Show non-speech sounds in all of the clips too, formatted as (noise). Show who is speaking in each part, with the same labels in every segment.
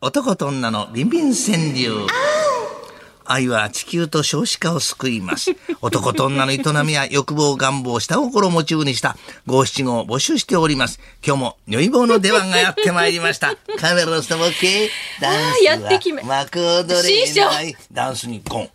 Speaker 1: 男と女のビンビン川柳。愛は地球と少子化を救います。男と女の営みや欲望、願望、下心をモチーフにした五七五を募集しております。今日も如意棒の出番がやってまいりました。カメラの下ボケ、ダンス
Speaker 2: あーやってきま
Speaker 1: は幕踊
Speaker 2: 師匠
Speaker 1: りない、ダンスにゴン。えー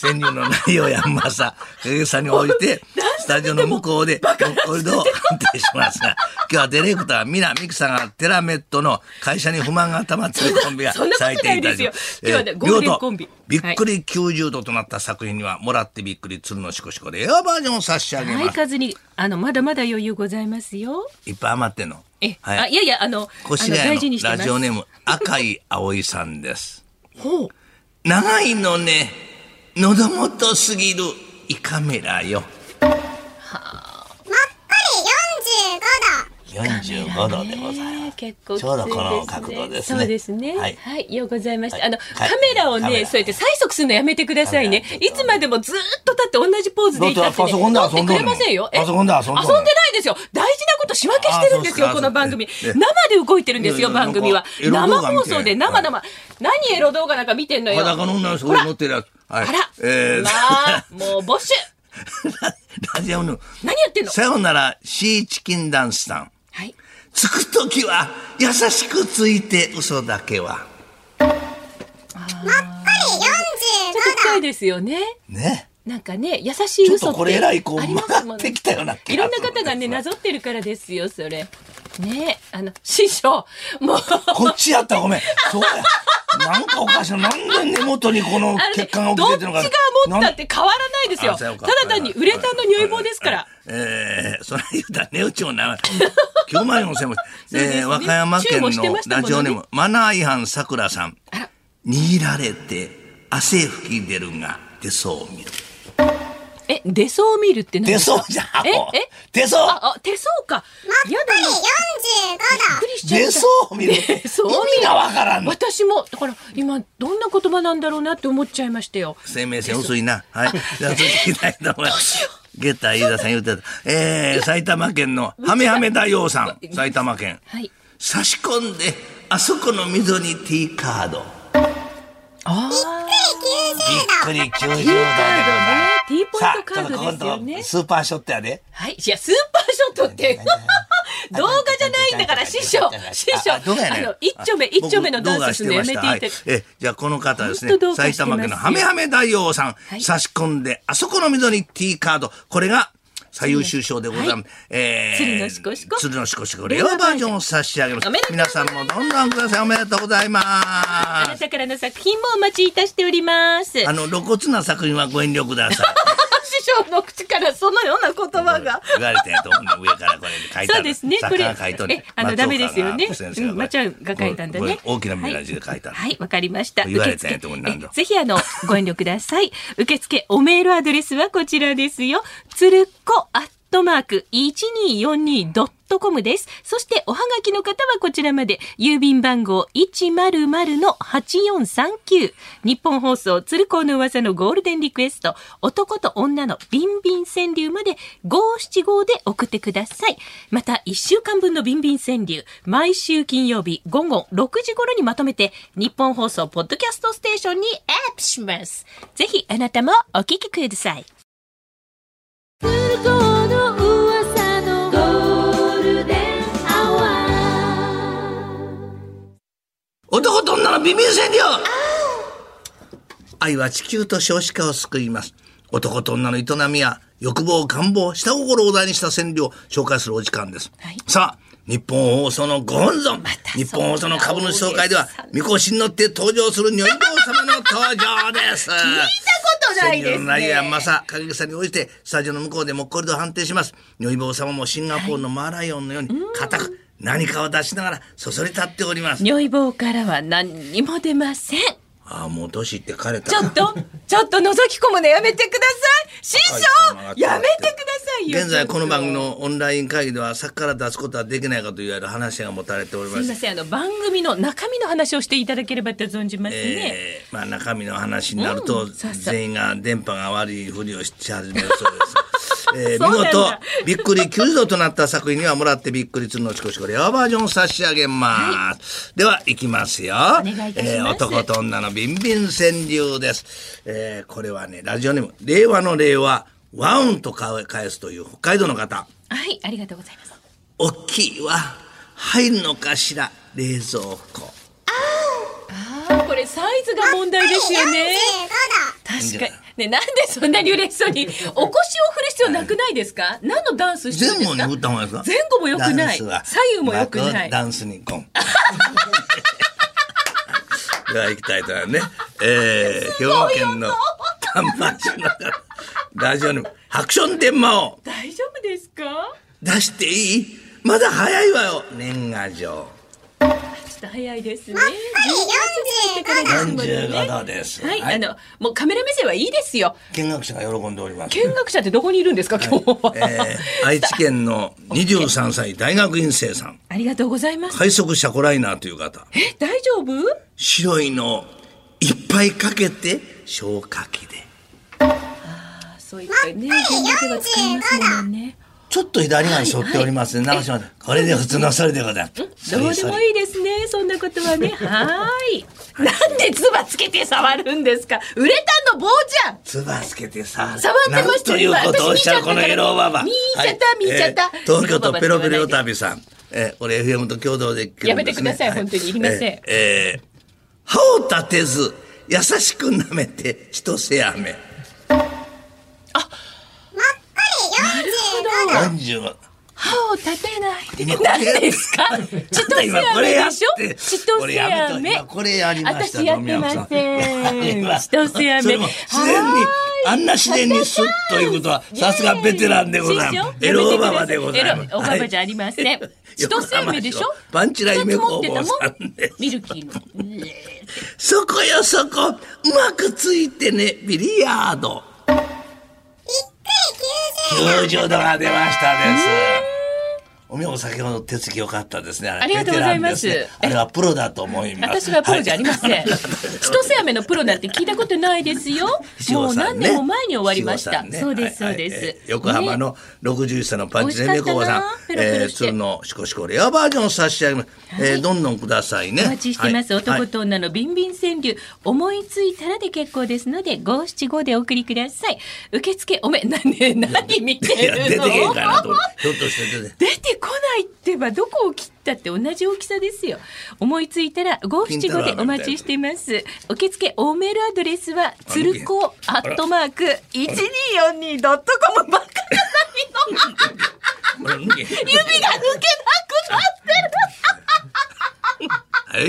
Speaker 1: 川柳の内容やまさ、影さんに応じて、スタジオの向こうで、オールドを判定しますが、今日はディレクター、ミナ・ミクさんがテラメットの会社に不満が溜まっているコンビが
Speaker 2: (laughs) そんなこと
Speaker 1: 採点いたしま
Speaker 2: ないですよ今日はね
Speaker 1: えー
Speaker 2: ゴールデンコンビ
Speaker 1: 見事びっくり90度となった作品には、もらってびっくり鶴のしこしこでエアバージョンを差し上げ
Speaker 2: 相
Speaker 1: ます。
Speaker 2: 数に、あの、まだまだ余裕ございますよ。
Speaker 1: いっぱい余ってんの。
Speaker 2: え、
Speaker 1: はい
Speaker 2: あ、いやいや、あの、あの
Speaker 1: 越谷
Speaker 2: 大事に
Speaker 1: の
Speaker 2: してま
Speaker 1: ラ
Speaker 2: す。
Speaker 1: ジオネーム、赤井葵さんです。
Speaker 2: ほう。
Speaker 1: 長いのね、喉元すぎる胃カメラよ。
Speaker 3: まっこ
Speaker 1: 45度でございます。
Speaker 2: 結構きついですね
Speaker 1: ちょうどこの角度ですね
Speaker 2: そうですね。
Speaker 1: は
Speaker 2: はいい、ようございました。
Speaker 1: はい
Speaker 2: あの、
Speaker 1: はい
Speaker 2: カメラを
Speaker 1: カメ
Speaker 2: ね、
Speaker 1: ラ
Speaker 2: そうやって催促するのやめてくださいね。いつまでもずーっと立って同じポーズでいた
Speaker 1: だっ
Speaker 2: って、
Speaker 1: てパソコンで遊んどんの
Speaker 2: 撮ってくれませんよ。え
Speaker 1: パソコンで遊んどんの
Speaker 2: 遊んでないですよ。大事なこと仕分けしてるんですよ
Speaker 1: あ、ーそうですか
Speaker 2: この番組。
Speaker 1: ええ
Speaker 2: 生で動いてるんですよ、
Speaker 1: いやいや
Speaker 2: 番組は。
Speaker 1: な
Speaker 2: 生
Speaker 1: んかエロ動画見
Speaker 2: 放
Speaker 1: て
Speaker 2: 送で生生。何エロ動画なんか見てんのよ。
Speaker 1: 裸の女の人が乗ってるやつ。はい
Speaker 2: あら、
Speaker 1: えー
Speaker 2: まあ、もう
Speaker 1: (laughs)
Speaker 2: 没収。
Speaker 1: ラジオの。
Speaker 2: 何やってんの
Speaker 1: さよなら、シーチキンダンスさん。
Speaker 2: はい。
Speaker 1: つくときは、優しくついて、嘘だけは。
Speaker 3: り
Speaker 2: ちょっと深いですよね。
Speaker 1: ね。
Speaker 2: なんかね、優しい
Speaker 1: ちょっ
Speaker 2: 嘘って
Speaker 1: とこれえらいこう
Speaker 2: ありますも
Speaker 1: 曲が
Speaker 2: んね
Speaker 1: ってきたような気
Speaker 2: い
Speaker 1: が
Speaker 2: ろ
Speaker 1: す
Speaker 2: ん
Speaker 1: る
Speaker 2: な方がね、なぞってるからですよ、それ。ねえ、あの、師匠、もう、
Speaker 1: こっちやったらごめん。そうや。なんかおかしいな。なんで根元にこの
Speaker 2: あの
Speaker 1: 血
Speaker 2: ね
Speaker 1: 管が
Speaker 2: ど
Speaker 1: 起
Speaker 2: っ
Speaker 1: き
Speaker 2: ち
Speaker 1: てる
Speaker 2: が
Speaker 1: のか。
Speaker 2: 持ったって変わらないですよ。
Speaker 1: あ
Speaker 2: た
Speaker 1: そう
Speaker 2: だ
Speaker 1: か
Speaker 2: 単にウレタンの尿意棒ですから。
Speaker 1: ええそれ言うたら値打ちもな。9万4千も。
Speaker 2: そうですね
Speaker 1: えー和歌山県の
Speaker 2: 注文してましたもん
Speaker 1: ラ
Speaker 2: ね
Speaker 1: ジオネーム、マナー違反さくらさん。握られて、汗吹き出るが、手相を見る。
Speaker 2: え、出相を見るって何
Speaker 1: 手
Speaker 2: です
Speaker 1: 相
Speaker 2: か
Speaker 1: じゃん。
Speaker 2: え
Speaker 1: もう
Speaker 2: え
Speaker 1: 手相
Speaker 2: あ、あ、手相か。やだな。びっ
Speaker 3: 45
Speaker 2: くりしちゃっ
Speaker 1: 手
Speaker 2: た。
Speaker 1: 相を
Speaker 2: (laughs)
Speaker 1: 見る。
Speaker 2: 手相を見る
Speaker 1: 意味がわからんの。
Speaker 2: 私も、だから、今、どんな言葉なんだろうなって思っちゃいましたよ。
Speaker 1: 生命線薄いな。
Speaker 2: (laughs)
Speaker 1: はい。じゃあ、続きたいと思います。ゲッター飯田さん言うてた。えー、埼玉県のハメハメ大王
Speaker 2: (laughs)
Speaker 1: さん。埼玉県。
Speaker 2: はい。
Speaker 1: 差し込んで、あそこの溝に T カード。
Speaker 2: ああ。
Speaker 1: びっくり90度でございます。
Speaker 2: T カードね T ポイントカードです
Speaker 1: さあち
Speaker 2: よね
Speaker 1: ょっと今度スーパーショットやで。
Speaker 2: はい。いや、スーパーショットって、 (laughs) 動画じゃないんだから、師匠、師匠、
Speaker 1: あどうやねん
Speaker 2: の、一丁目、一丁目のダンスするのやめて
Speaker 1: 僕動画
Speaker 2: いただ
Speaker 1: してまし
Speaker 2: き
Speaker 1: たはいえじゃあこの方ですね
Speaker 2: 本当動画してま
Speaker 1: 埼
Speaker 2: すよ
Speaker 1: 玉県のハメハメ大王さん、
Speaker 2: い
Speaker 1: 差し込んであそこの溝に T カードこれが最優秀賞でございます、
Speaker 2: はい
Speaker 1: えー
Speaker 2: 鶴のしこしこ
Speaker 1: 鶴のしこしこレアバージョンを差し上げま
Speaker 2: お
Speaker 1: す
Speaker 2: めでとうご
Speaker 1: 皆
Speaker 2: ざいます
Speaker 1: さんもどんどんくださいおめでとうございま
Speaker 2: あな
Speaker 1: す
Speaker 2: たからの作品もお待ちいたしております。師
Speaker 1: あの露骨な作品はご遠慮ください
Speaker 2: 匠の口からそのような言葉が。
Speaker 1: 言われてと上からこれ書いてある
Speaker 2: そうですね
Speaker 1: 作家が
Speaker 2: これ
Speaker 1: 書いとる
Speaker 2: えあの
Speaker 1: 松岡
Speaker 2: ダメですよね
Speaker 1: が先生が
Speaker 2: うん松ちゃんが書いたんだね
Speaker 1: これ大きな見出しで書いたの
Speaker 2: はい、わかりました。
Speaker 1: 言われ
Speaker 2: 受
Speaker 1: たんや
Speaker 2: 付
Speaker 1: と思うなんだ
Speaker 2: えぜひあの、ご遠慮ください。 (laughs) 受付、おメールアドレスはこちらですよ。つるっこアットマーク 1242.com です。そして、おはがきの方はこちらまで、郵便番号100-8439。日本放送、鶴光の噂のゴールデンリクエスト、男と女のビンビン川柳まで575で送ってください。また、1週間分のビンビン川柳、毎週金曜日午後6時頃にまとめて、日本放送ポッドキャストステーションにアップします。ぜひ、あなたもお聞きください。
Speaker 1: 男と女のビビン川柳愛は地球と少子化を救います。男と女の営みや欲望、願望、下心をお題にした川柳を紹介するお時間です。
Speaker 2: はい
Speaker 1: さあ、日本放送のご本尊、
Speaker 2: た
Speaker 1: 日本放送の株主総会では
Speaker 2: そんな、
Speaker 1: みこしに乗って登場する女医坊様の登場です。聞い
Speaker 2: たことないですね
Speaker 1: の内容やまさ、影さんに応じて、スタジオの向こうでもっこりと判定します。女医坊様もシンガポールのマーライオンのように、固く、何かを出しながら、そそり立っております。
Speaker 2: 如意棒からは何にも出ません。
Speaker 1: ああ、もう年いって枯れた。
Speaker 2: ちょっと、ちょっと覗き込むのやめてください。師
Speaker 1: はい
Speaker 2: 匠、やめてくださいよ。
Speaker 1: 現在この番組
Speaker 2: ちょっと
Speaker 1: のオンライン会議では作家から出すことはできないかといわれる話が持たれております
Speaker 2: みま
Speaker 1: す。
Speaker 2: せんあの番組の中身の話をしていただければと存じますね、
Speaker 1: えーまあ中身の話になると
Speaker 2: うんさっさ
Speaker 1: 全員が電波が悪いふりをし始めるそうです。
Speaker 2: (laughs)
Speaker 1: えー
Speaker 2: そう
Speaker 1: 見
Speaker 2: なん
Speaker 1: 事
Speaker 2: だ
Speaker 1: びっくり90度となった作品にはもらってびっくりするのちこちこレアバージョンを差し上げます、ではいきますよお
Speaker 2: 願いいたします
Speaker 1: えー男と女のビンビン川柳です、えーこれはねラジオネーム令和の令和ワウンと返すという北海道の方
Speaker 2: はい、ありがとうございます。
Speaker 1: おっきいわ入るのかしら冷蔵庫
Speaker 2: ああ、これサイズが問題ですよね。
Speaker 3: 45度。
Speaker 2: 確かに。ね、なんでそんなに嬉しそうに、お腰を振る必要なくないですか何のダンスしてるん
Speaker 1: 前
Speaker 2: です
Speaker 1: 後
Speaker 2: か
Speaker 1: に振った方がいいですか
Speaker 2: 前後も良くない
Speaker 1: ダンスは
Speaker 2: 左右も良くないう
Speaker 1: まダンスにゴン (laughs) では行きたいと思いますねえー、兵庫県の丹波市の方ラジオネームハクション電話を
Speaker 2: 大丈夫ですか
Speaker 1: 出していいまだ早いわよ年賀状
Speaker 2: ちょっと早いですね。
Speaker 3: 45度。
Speaker 1: 45度です
Speaker 2: はい、あの、もうカメラ目線はいいですよ。
Speaker 1: 見学者が喜んでおります
Speaker 2: 見学者ってどこにいるんですか、今日は。
Speaker 1: えー、愛知県の23歳大学院生さん
Speaker 2: ありがとうございます。
Speaker 1: 快速シャコライナーという方
Speaker 2: え、大丈夫
Speaker 1: 白いのをいっぱいかけて消火器で
Speaker 2: あそう言ってね、見学が使いますもんね。
Speaker 1: ちょっと左側に沿っておりますね、長島さんこれで普通のそれでございますそ
Speaker 2: どう
Speaker 1: れ
Speaker 2: で
Speaker 1: そ
Speaker 2: も
Speaker 1: れ
Speaker 2: いいですね。そんなこと
Speaker 1: (laughs)
Speaker 2: はね。はーい。なんで唾つけて触るんですかウレタンの棒じゃん
Speaker 1: つばつけてさ
Speaker 2: 触ってました
Speaker 1: なんという
Speaker 2: 今
Speaker 1: ことをおっしゃる
Speaker 2: 私
Speaker 1: このエローババ
Speaker 2: 見ちゃった見ちゃった
Speaker 1: えー東京都ペロペロ旅さんえー、俺 FM と共同で聞けるんです、ね、
Speaker 2: やめてください本当にいりません
Speaker 1: えーえー歯を立てず優しく舐めて一せあめ
Speaker 3: もっこり45度。
Speaker 1: 45
Speaker 2: 歯を立てない。
Speaker 1: 今これ
Speaker 2: (laughs) 何ですか
Speaker 1: ち
Speaker 2: ち
Speaker 1: ょっ
Speaker 2: と
Speaker 1: と
Speaker 2: せ
Speaker 1: 今こ
Speaker 2: や
Speaker 1: れ
Speaker 2: め
Speaker 1: やっ
Speaker 2: でしょ
Speaker 1: て
Speaker 2: ちと
Speaker 1: 俺
Speaker 2: せ
Speaker 1: やめ
Speaker 2: や
Speaker 1: と
Speaker 2: め
Speaker 1: 今。これやりました
Speaker 2: 私やってま
Speaker 1: や
Speaker 2: せ
Speaker 1: り
Speaker 2: ん。
Speaker 1: ま
Speaker 2: ちとせや
Speaker 1: それ
Speaker 2: め。
Speaker 1: も自然にあんな自然にスッということはさすがベテランでございますエロオババでございます
Speaker 2: エロオババじゃあり
Speaker 1: (laughs)
Speaker 2: ません。千歳梅でしょ
Speaker 1: パンチラ夢工房さ
Speaker 2: 二つ持
Speaker 1: ん
Speaker 2: ってた
Speaker 1: で
Speaker 2: もんミルキーの。ねえ
Speaker 1: そこよそこうまくついてねビリヤード90度が出ましたですおみお先ほど手つき良かったですねあれ
Speaker 2: ありがとうございます
Speaker 1: ベテランでねあれはプロだと思います
Speaker 2: 私はプロじゃありません。
Speaker 1: はい
Speaker 2: 一瀬飴のプロなんて聞いたことないで
Speaker 1: (laughs)
Speaker 2: すよ。もう何年も前に終わりました。そうです、そうです。
Speaker 1: 横浜
Speaker 2: ね
Speaker 1: の61歳のパンチ
Speaker 2: 美
Speaker 1: ネ
Speaker 2: 味しか
Speaker 1: コ
Speaker 2: ったな
Speaker 1: バさん、
Speaker 2: ペロペロして
Speaker 1: 鶴のシコシコレアバージョン差し上げます。えーどんどんくださいね。
Speaker 2: お待ちしてます、
Speaker 1: はい
Speaker 2: 男と女のビンビン川柳、思いついたらで結構ですので五七五でお送りください受付おめなね何
Speaker 1: はい
Speaker 2: 見
Speaker 1: い
Speaker 2: て
Speaker 1: や出
Speaker 2: る
Speaker 1: て
Speaker 2: の
Speaker 1: けんかなと思って。ひょっとして出て。
Speaker 2: 出てこないってばどこを切ったって同じ大きさですよ思いついたら五七五でお待ちしています受付おメールアドレスはつるこアットマーク 1242.com ばっかじゃないの
Speaker 1: ほら抜け。
Speaker 2: 指が抜けなくなってる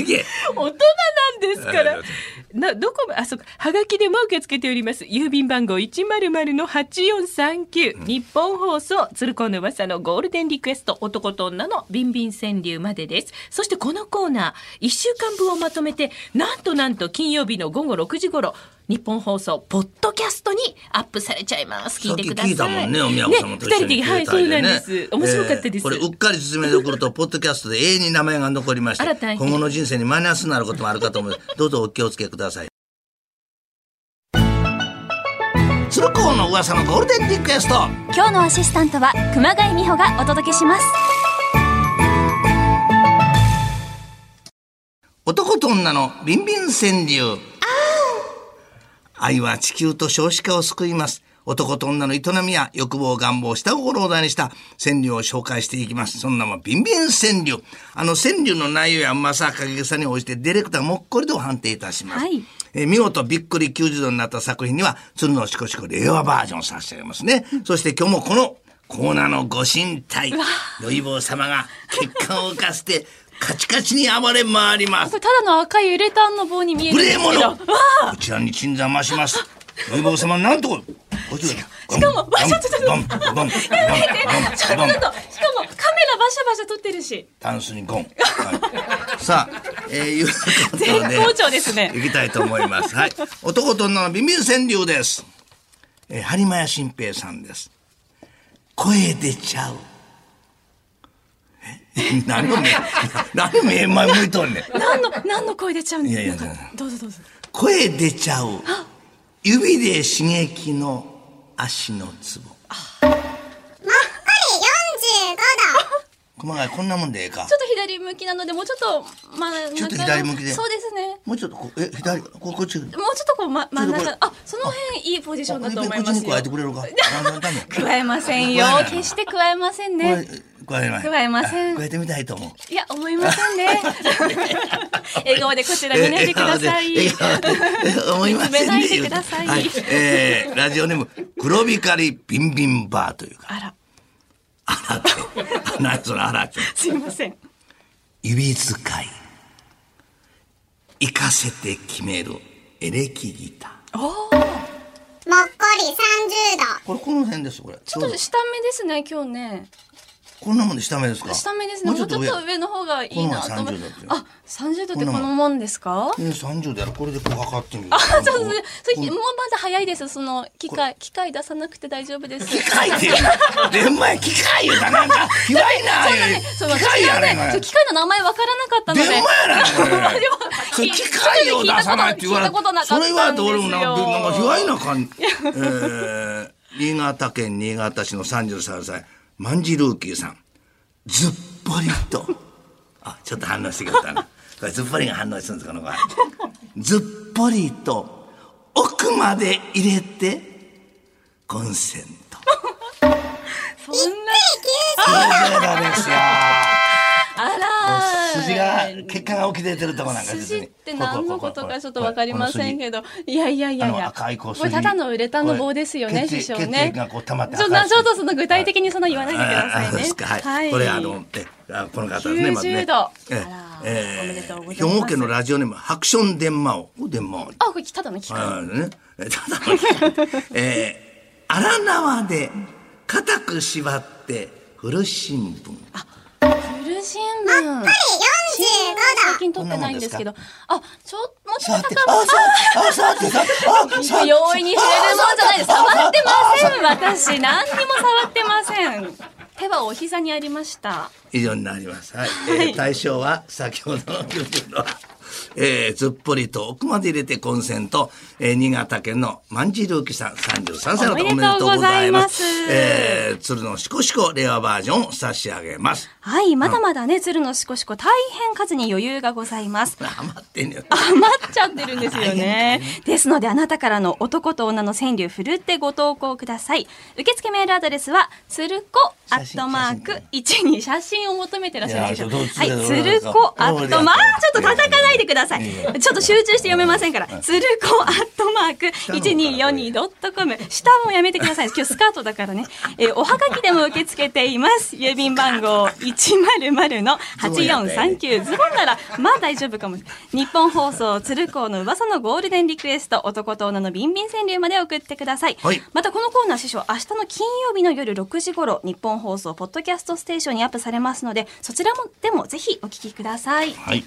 Speaker 1: 抜け。
Speaker 2: 大人なんですか
Speaker 1: あ
Speaker 2: ら
Speaker 1: りがと。
Speaker 2: などこもあそこはがきでも受け付けております郵便番号100の8439、日本放送鶴光の噂のゴールデンリクエスト男と女のビンビン川柳までですそしてこのコーナー1週間分をまとめてなんとなんと金曜日の午後6時頃日本放送ポッドキャストにアップされちゃいます聞いてください
Speaker 1: さっき聞いたもんね、おみやこさんも
Speaker 2: ね
Speaker 1: と一
Speaker 2: 二
Speaker 1: 緒
Speaker 2: 人
Speaker 1: に
Speaker 2: で
Speaker 1: 携
Speaker 2: は
Speaker 1: 帯
Speaker 2: いそうなんです面白かったで
Speaker 1: えー
Speaker 2: す、
Speaker 1: これ、うっかり進めて送ると、ポッドキャストで永遠に名前が残りまし
Speaker 2: あら
Speaker 1: て、
Speaker 2: 大変
Speaker 1: 今後の人生にマイナスになることもあるかと思い
Speaker 2: (laughs)
Speaker 1: ます。どうぞお気をつけください。鶴光の噂のゴールデンリクエスト。
Speaker 4: 今日のアシスタントは熊谷美穂がお届けします
Speaker 1: 男と女のビンビン川柳。愛は地球と少子化を救います。男と女の営みや欲望、願望、下心を題にした川柳を紹介していきます。そんなもんビンビン川柳。あの川柳の内容やうまさ、過激さに応じてディレクターがもっこりと判定いたします。
Speaker 2: はい
Speaker 1: えー見事びっくり90度になった作品には、鶴のしこしこ令和バージョン差し上げますね。そして今日もこのコーナーのご神体、ロイボー様が血管を浮かせて、カチカチに暴れ回ります
Speaker 4: こ。れただの赤いウレタンの棒に見えるん
Speaker 1: 無
Speaker 4: ですけ
Speaker 1: 礼
Speaker 4: ど
Speaker 1: 者こちらに鎮座ましますお坊様なんとここちらし
Speaker 4: かも
Speaker 1: バン
Speaker 4: ちょっとちょっと
Speaker 1: バンバンバン
Speaker 4: やめてちょっと
Speaker 1: バンバン
Speaker 4: しかもカメラバシャバシャ撮ってるし
Speaker 1: タンスにゴン、はい、さあえー、いうことで
Speaker 4: 絶好調ですね
Speaker 1: 行きたいと思いますはい男と女のビンビン川柳です、えー、播磨屋新平さんです声出ちゃうえ何を目何目前向いとんねん
Speaker 4: 何の何の声出ちゃうんです
Speaker 1: いやいや
Speaker 4: なんかどうぞどうぞ
Speaker 1: 声出ちゃう指で刺激の足のツボ熊谷こんなもんでええか
Speaker 5: ちょっと左向きなのでもうちょっとまあ
Speaker 1: ちょっと左向きで
Speaker 5: そうですね
Speaker 1: もうちょっとこえ左ここっち
Speaker 5: もうちょっとこう、ま、真ん
Speaker 1: ちょっ
Speaker 5: 中
Speaker 1: と
Speaker 5: あその辺いいポジションだと思います
Speaker 1: こっちに加え
Speaker 5: よ
Speaker 1: てくれるかあダメダメ
Speaker 5: 加えませんよ
Speaker 1: 加えない
Speaker 5: 決して加えませんね
Speaker 1: これ加えない
Speaker 5: 加えません
Speaker 1: 加えてみたいと思う
Speaker 5: いや思いませんね笑顔でこちら見ないでください
Speaker 1: え笑顔で笑顔で思いませんね
Speaker 5: 見つめないでください
Speaker 1: はいえーラジオネーム黒光りビンビンバーというか
Speaker 5: あら
Speaker 1: あらって何そのあらって
Speaker 5: すいません
Speaker 1: 指使い行かせて決めるエレキギター
Speaker 3: もっこり30度。
Speaker 1: これこの辺ですこれ
Speaker 5: ちょっと下目ですね今日ね
Speaker 1: こんなもんで下目ですか
Speaker 5: 下目ですね
Speaker 1: もうち
Speaker 5: も
Speaker 1: ょ
Speaker 5: う
Speaker 1: っ
Speaker 5: ち
Speaker 1: と
Speaker 5: ょっ
Speaker 1: 上
Speaker 5: と上の方がいいなと思っ
Speaker 1: この
Speaker 5: て
Speaker 1: まま30度だ
Speaker 5: あ
Speaker 1: って
Speaker 5: 三十度っ
Speaker 1: こ
Speaker 5: て
Speaker 1: んな
Speaker 5: こ
Speaker 1: もん
Speaker 5: のもんですか
Speaker 1: えー30でやろこれでこう測ってみる
Speaker 5: あ、そうですね。そ
Speaker 1: こ
Speaker 5: れ
Speaker 1: ん
Speaker 5: もうまだ早いです。その機械機械出さなくて大丈夫です。
Speaker 1: 機械って言うなで前機械言うたなんか卑猥な
Speaker 5: そんな
Speaker 1: 言う
Speaker 5: ね、その
Speaker 1: 機
Speaker 5: 機
Speaker 1: 械や
Speaker 5: 械
Speaker 1: ね
Speaker 5: ね
Speaker 1: んこ
Speaker 5: そ
Speaker 1: れ
Speaker 5: う機械の名前わからなかったの
Speaker 1: 電
Speaker 5: で。
Speaker 1: 話やなこれそれ機械を出さないって言われ
Speaker 5: 聞いたことなかった
Speaker 1: そ
Speaker 5: んで
Speaker 1: れ
Speaker 5: す
Speaker 1: 言
Speaker 5: よ
Speaker 1: われて俺もなんか卑猥な感じえー新潟県新潟市の33歳マンジルーキーさんずっぽり
Speaker 5: (laughs)
Speaker 1: とあちょっと反応してくれたなこれずっぽりが反応するんですかこの子はずっぽりと奥まで入れてコンセント
Speaker 5: (laughs) そんな
Speaker 1: そうですよ
Speaker 5: あら。
Speaker 1: 筋が血管が起き出てるとこなんか
Speaker 5: 筋って何のことかちょっとわかりませんけど、いやいやい
Speaker 1: あ
Speaker 5: やい
Speaker 1: の
Speaker 5: や。
Speaker 1: 赤いこう
Speaker 5: れただのウレタンの棒ですよ
Speaker 1: これ
Speaker 5: ね、
Speaker 1: 血
Speaker 5: 師
Speaker 1: 液
Speaker 5: 匠
Speaker 1: 血
Speaker 5: ね。
Speaker 1: 液がこう溜まって
Speaker 5: ちょっ
Speaker 1: 赤い
Speaker 5: とちょっとその具体的にその言わないでくださいね。
Speaker 1: はい。これあのえあこの方ですね。まずね
Speaker 5: 90度
Speaker 1: ええ
Speaker 5: あら
Speaker 1: ええ
Speaker 5: おめでとうございます
Speaker 1: 兵庫県のラジオネームハクションデンマオ。おデンマオ。
Speaker 5: あ、これただの機械。
Speaker 1: あね。えただの聞いてえー荒縄で固く縛って古新聞。
Speaker 5: 古新
Speaker 3: 45
Speaker 5: 聞。
Speaker 3: 度。
Speaker 5: 最近撮ってないんですけど、あ、ちょ、もうちょっと高め。
Speaker 1: ああ触ってあ触ってあ触って
Speaker 5: 容易に触れるもんじゃないです。触ってません。私、何にも触ってません。手はお膝にありました。
Speaker 1: 以上になります。はい。えー対象は先ほどの90度。 (laughs) えー、ずっぽりと奥まで入れてコンセント、えー、新潟県の万次郎樹さん33歳の方
Speaker 5: おめでとうございます
Speaker 1: おめでとうございますえー、鶴のしこしこ令和バージョンを差し上げます。 (laughs)
Speaker 5: はい、まだまだね、鶴のしこしこ、大変数に余裕がございます。
Speaker 1: ハマってんねよ。
Speaker 5: 余っちゃってるんですよね。ですので、あなたからの男と女の川柳ふるってご投稿ください。受付メールアドレスは、つるこア
Speaker 1: 写
Speaker 5: ッ
Speaker 1: 真
Speaker 5: トマーク1に写真を求めてらっしゃるでしょ。
Speaker 1: いやどうぞ
Speaker 5: はい、
Speaker 1: どうぞ
Speaker 5: つるこアットマーク、ちょっと叩かないでください。ちょっと集中して読めませんから、つるこアットマーク 1242.com。下もやめてください。今日スカートだからね。えーおはがきでも受け付けています。郵便番号100の8439。ズボンなら、まあ大丈夫かも。日本放送、鶴光の噂のゴールデンリクエスト、男と女のビンビン川柳まで送ってください。
Speaker 1: はい
Speaker 5: またこのコーナー師匠、明日の金曜日の夜6時頃、日本放送、ポッドキャストステーションにアップされますので、そちらも、でもぜひお聞きください。
Speaker 1: はい。